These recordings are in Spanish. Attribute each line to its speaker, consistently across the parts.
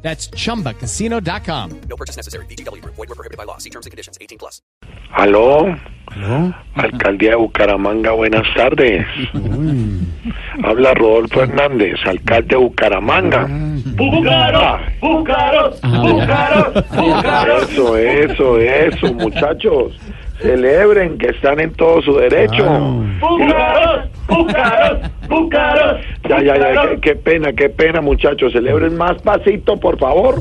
Speaker 1: That's chumbacasino.com.
Speaker 2: No purchase necessary. BGW. Void were prohibited by law. See terms and conditions. 18 plus.
Speaker 3: Aló. Alcaldía de Bucaramanga, buenas tardes. Habla Rodolfo Hernández, alcalde de Bucaramanga. Ah.
Speaker 4: Búcaros, búcaros, búcaros, búcaros.
Speaker 3: Eso, eso, eso, muchachos. Celebren que están en todo su derecho.
Speaker 4: Búcaros, búcaros, búcaros.
Speaker 3: Ya, ya, ya, qué, qué pena, qué pena, muchachos. Celebren más pasito, por favor.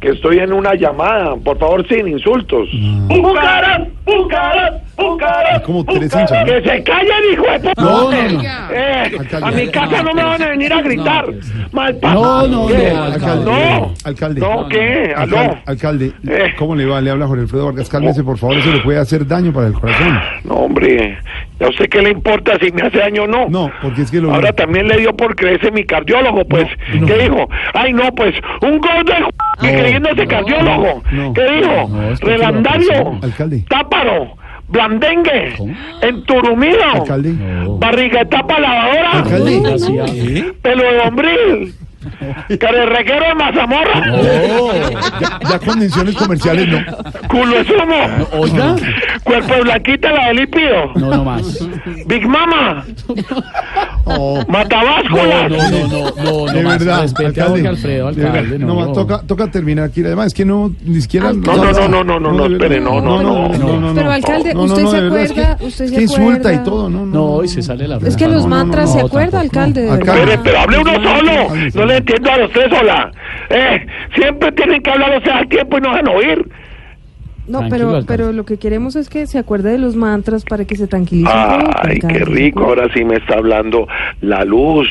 Speaker 3: Que estoy en una llamada, por favor, sin insultos.
Speaker 4: Búcaros, búcaros, búcaros.
Speaker 5: Mm. como tres hinchas,
Speaker 3: ¡Que se callen, hijo de puta!
Speaker 5: No, no, no.
Speaker 3: Eh, a mi casa no me van a venir a gritar. Mal
Speaker 5: No,
Speaker 3: pagado.
Speaker 5: no,
Speaker 3: ¿Qué?
Speaker 5: no, alcalde.
Speaker 3: No.
Speaker 5: Alcalde.
Speaker 3: No, ¿qué? Aló.
Speaker 5: Alcalde, alcalde,
Speaker 3: Eh.
Speaker 5: ¿cómo le va? Le habla Jorge Alfredo Vargas. Cálmese, por favor, eso le puede hacer daño para el corazón.
Speaker 3: No, hombre. Ya sé qué le importa si me hace daño o no.
Speaker 5: No, porque es que lo.
Speaker 3: Ahora también le dio por creerse mi cardiólogo, pues.
Speaker 5: no.
Speaker 3: ¿Qué dijo? Ay, no, pues, un gordo de j- que creyéndose cardiólogo.
Speaker 5: no.
Speaker 3: ¿Qué dijo?
Speaker 5: No, es que tiene
Speaker 3: Relandario,
Speaker 5: razón, alcalde.
Speaker 3: táparo, blandengue, enturumido,
Speaker 5: alcalde.
Speaker 3: barriga de tapa lavadora.
Speaker 5: Alcalde.
Speaker 3: Pelo de hombril. Carerrequero de mazamorra.
Speaker 5: Ya, ya condiciones comerciales no.
Speaker 3: Culo de sumo. Cuerpo de blanquita, la de lípido. No, no más. Big Mama. Matabásculas.
Speaker 6: Pues
Speaker 5: de verdad. alcalde, de verdad,
Speaker 6: alcalde,
Speaker 5: no, más, toca, toca terminar aquí. Además, es que no, ni siquiera.
Speaker 3: no, no, no, no, no, no,
Speaker 5: de verdad.
Speaker 3: espere, no, no, no.
Speaker 7: Pero alcalde,
Speaker 5: No, no,
Speaker 7: usted
Speaker 5: no,
Speaker 7: se
Speaker 5: de verdad, es
Speaker 7: acuerda,
Speaker 5: que-
Speaker 7: usted
Speaker 5: es
Speaker 7: se
Speaker 5: que insulta
Speaker 7: acuerda.
Speaker 5: y todo, no, no.
Speaker 6: Ah, No, y se sale la
Speaker 7: Es que los mantras se acuerda, alcalde. de
Speaker 5: Alcalde.
Speaker 7: verdad.
Speaker 3: Espere, pero hable uno solo. No le entiendo a los tres sola. Eh, siempre tienen que hablar los tres al tiempo y no van a oír.
Speaker 7: No,
Speaker 6: Tranquilo,
Speaker 7: pero,
Speaker 6: alcalde.
Speaker 7: pero lo que queremos es que se acuerde de los mantras para que se tranquilice. un poco,
Speaker 3: Ay,
Speaker 7: alcalde.
Speaker 3: qué rico. Ahora sí me está hablando la luz,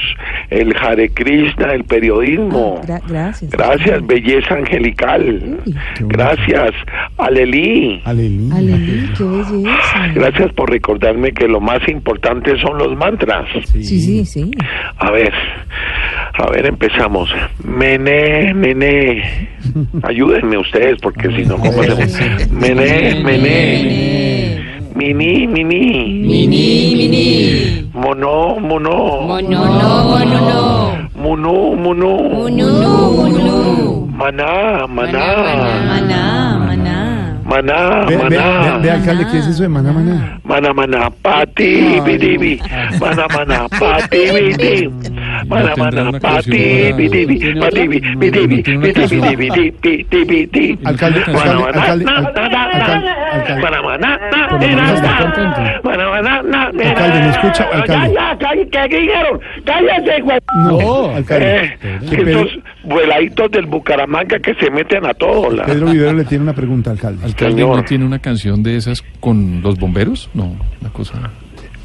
Speaker 3: el Hare Krishna, el periodismo.
Speaker 7: Ah, Gra- gracias.
Speaker 3: Gracias, belleza angelical.
Speaker 7: Uy, Ah.
Speaker 3: Gracias, Alelí.
Speaker 5: Alelí.
Speaker 7: Alelí, qué belleza.
Speaker 3: Gracias por recordarme que lo más importante son los mantras.
Speaker 7: Sí, sí, sí.
Speaker 3: A ver, a ver, empezamos. Mené, mené. Ayúdenme ustedes, porque si no, ¿cómo
Speaker 5: Sí,
Speaker 3: hacemos?
Speaker 5: sí, sí.
Speaker 3: Mené, mené. Mini, mini.
Speaker 8: Mini, mini.
Speaker 3: Mono, mono.
Speaker 8: Mono, mono,
Speaker 3: Mono, mono.
Speaker 8: Munu, munu.
Speaker 3: Maná, maná.
Speaker 8: Maná, maná.
Speaker 3: Maná,
Speaker 5: Ve, ve- ve- ve,
Speaker 3: maná.
Speaker 5: alcalde, ¿qué es eso de maná, maná?
Speaker 3: Mana mana pati bidibi. Mana mana pati bidibi. Mana mana pati bidibi. Pati bidibi. Bidibi bidibi bidibi bidibi.
Speaker 5: Alcalde,
Speaker 3: Mana
Speaker 5: alcalde,
Speaker 3: mana
Speaker 5: alcalde,
Speaker 3: na
Speaker 5: alcalde,
Speaker 3: na
Speaker 5: alcalde,
Speaker 3: na. Mana mana na na
Speaker 5: alcalde.
Speaker 6: Por lo menos está
Speaker 3: na.
Speaker 6: contento.
Speaker 3: Mana mana na na.
Speaker 5: Alcalde, ¿me escucha,
Speaker 3: Ya,
Speaker 5: alcalde?
Speaker 3: ya, cállate, ¿qué dijeron? Cállate, hijo de-
Speaker 5: No, alcalde.
Speaker 3: Eh,
Speaker 5: Que Pedro,
Speaker 3: Estos vueladitos del Bucaramanga que se meten a todos. la-
Speaker 5: Pedro Vivero le tiene una pregunta, alcalde.
Speaker 9: Alcalde,
Speaker 3: Señor.
Speaker 9: ¿no tiene una canción de esas con los bomberos? No, la cosa.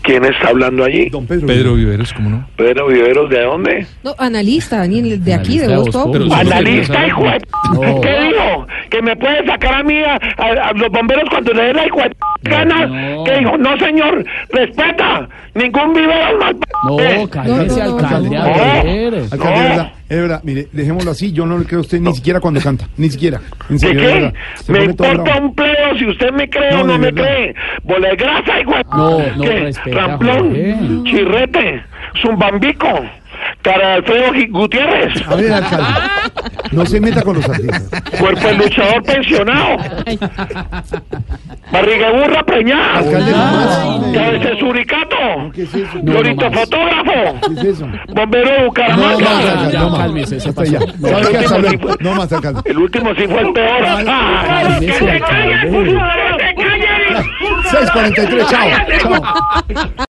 Speaker 3: ¿Quién está hablando allí?
Speaker 5: Don Pedro.
Speaker 9: Pedro Viveros, ¿cómo no?
Speaker 3: Pedro Viveros, ¿de dónde?
Speaker 7: No, analista, ni de aquí, de
Speaker 6: Analista de
Speaker 7: vos,
Speaker 6: Voz
Speaker 3: Pues,
Speaker 6: Populi.
Speaker 7: Populi.
Speaker 9: Pero-
Speaker 5: Pues,
Speaker 3: Analista,
Speaker 9: Pero-
Speaker 3: hijo de...
Speaker 6: No.
Speaker 3: ¿Qué dijo? Que me puede sacar a mí a, a- a los bomberos cuando le dé la hijo de...
Speaker 5: Pues,
Speaker 3: gana.
Speaker 6: no.
Speaker 3: Que dijo, no señor, respeta. Ningún vivero mal...
Speaker 6: No,
Speaker 3: eh,
Speaker 6: cállese,
Speaker 7: No, no,
Speaker 6: alcalde.
Speaker 7: no,
Speaker 3: no.
Speaker 6: a ver.
Speaker 5: Alcalde,
Speaker 3: No.
Speaker 5: de verdad, es verdad, mire, dejémoslo así, yo no le creo a usted ni siquiera cuando canta, ni siquiera. En
Speaker 3: ¿De
Speaker 5: serio, de
Speaker 3: qué?
Speaker 5: verdad. Se
Speaker 3: Me
Speaker 5: pone todo
Speaker 3: importa
Speaker 5: bravo.
Speaker 3: un pleo si usted me cree
Speaker 5: No,
Speaker 3: o no
Speaker 5: de
Speaker 3: me
Speaker 5: verdad.
Speaker 3: cree. Bola de grasa, hijo de...
Speaker 6: No, no
Speaker 3: ¿Qué?
Speaker 6: respeta,
Speaker 3: Ramplón,
Speaker 6: Jorge.
Speaker 3: chirrete, zumbambico, cara de Alfredo Gi- Gutiérrez,
Speaker 5: A ver, alcalde, no se meta con los artistas.
Speaker 3: cuerpo de luchador pensionado, barriga de burra preñada.
Speaker 5: Alcalde, no más.
Speaker 3: Cabeza suricato.
Speaker 5: ¿Qué es eso?
Speaker 6: No,
Speaker 3: Lorito
Speaker 6: no más.
Speaker 3: fotógrafo.
Speaker 5: ¿Qué es eso?
Speaker 3: Bombero de
Speaker 6: No,
Speaker 3: Bucaramanga.
Speaker 6: no, ya,
Speaker 5: no más.
Speaker 6: cálmese, se
Speaker 5: Hasta
Speaker 6: pasó.
Speaker 5: ya.
Speaker 6: No,
Speaker 5: ¿Sabes qué?
Speaker 3: no,
Speaker 5: Hasta
Speaker 3: no,
Speaker 5: luego.
Speaker 3: no,
Speaker 5: No más, alcalde.
Speaker 3: El último sí fue el peor. ¡Ah! ¡Que
Speaker 6: Cálmese,
Speaker 3: se callen,
Speaker 6: alcalde.
Speaker 3: por favor, que se callen!
Speaker 5: 643, chao. Chao.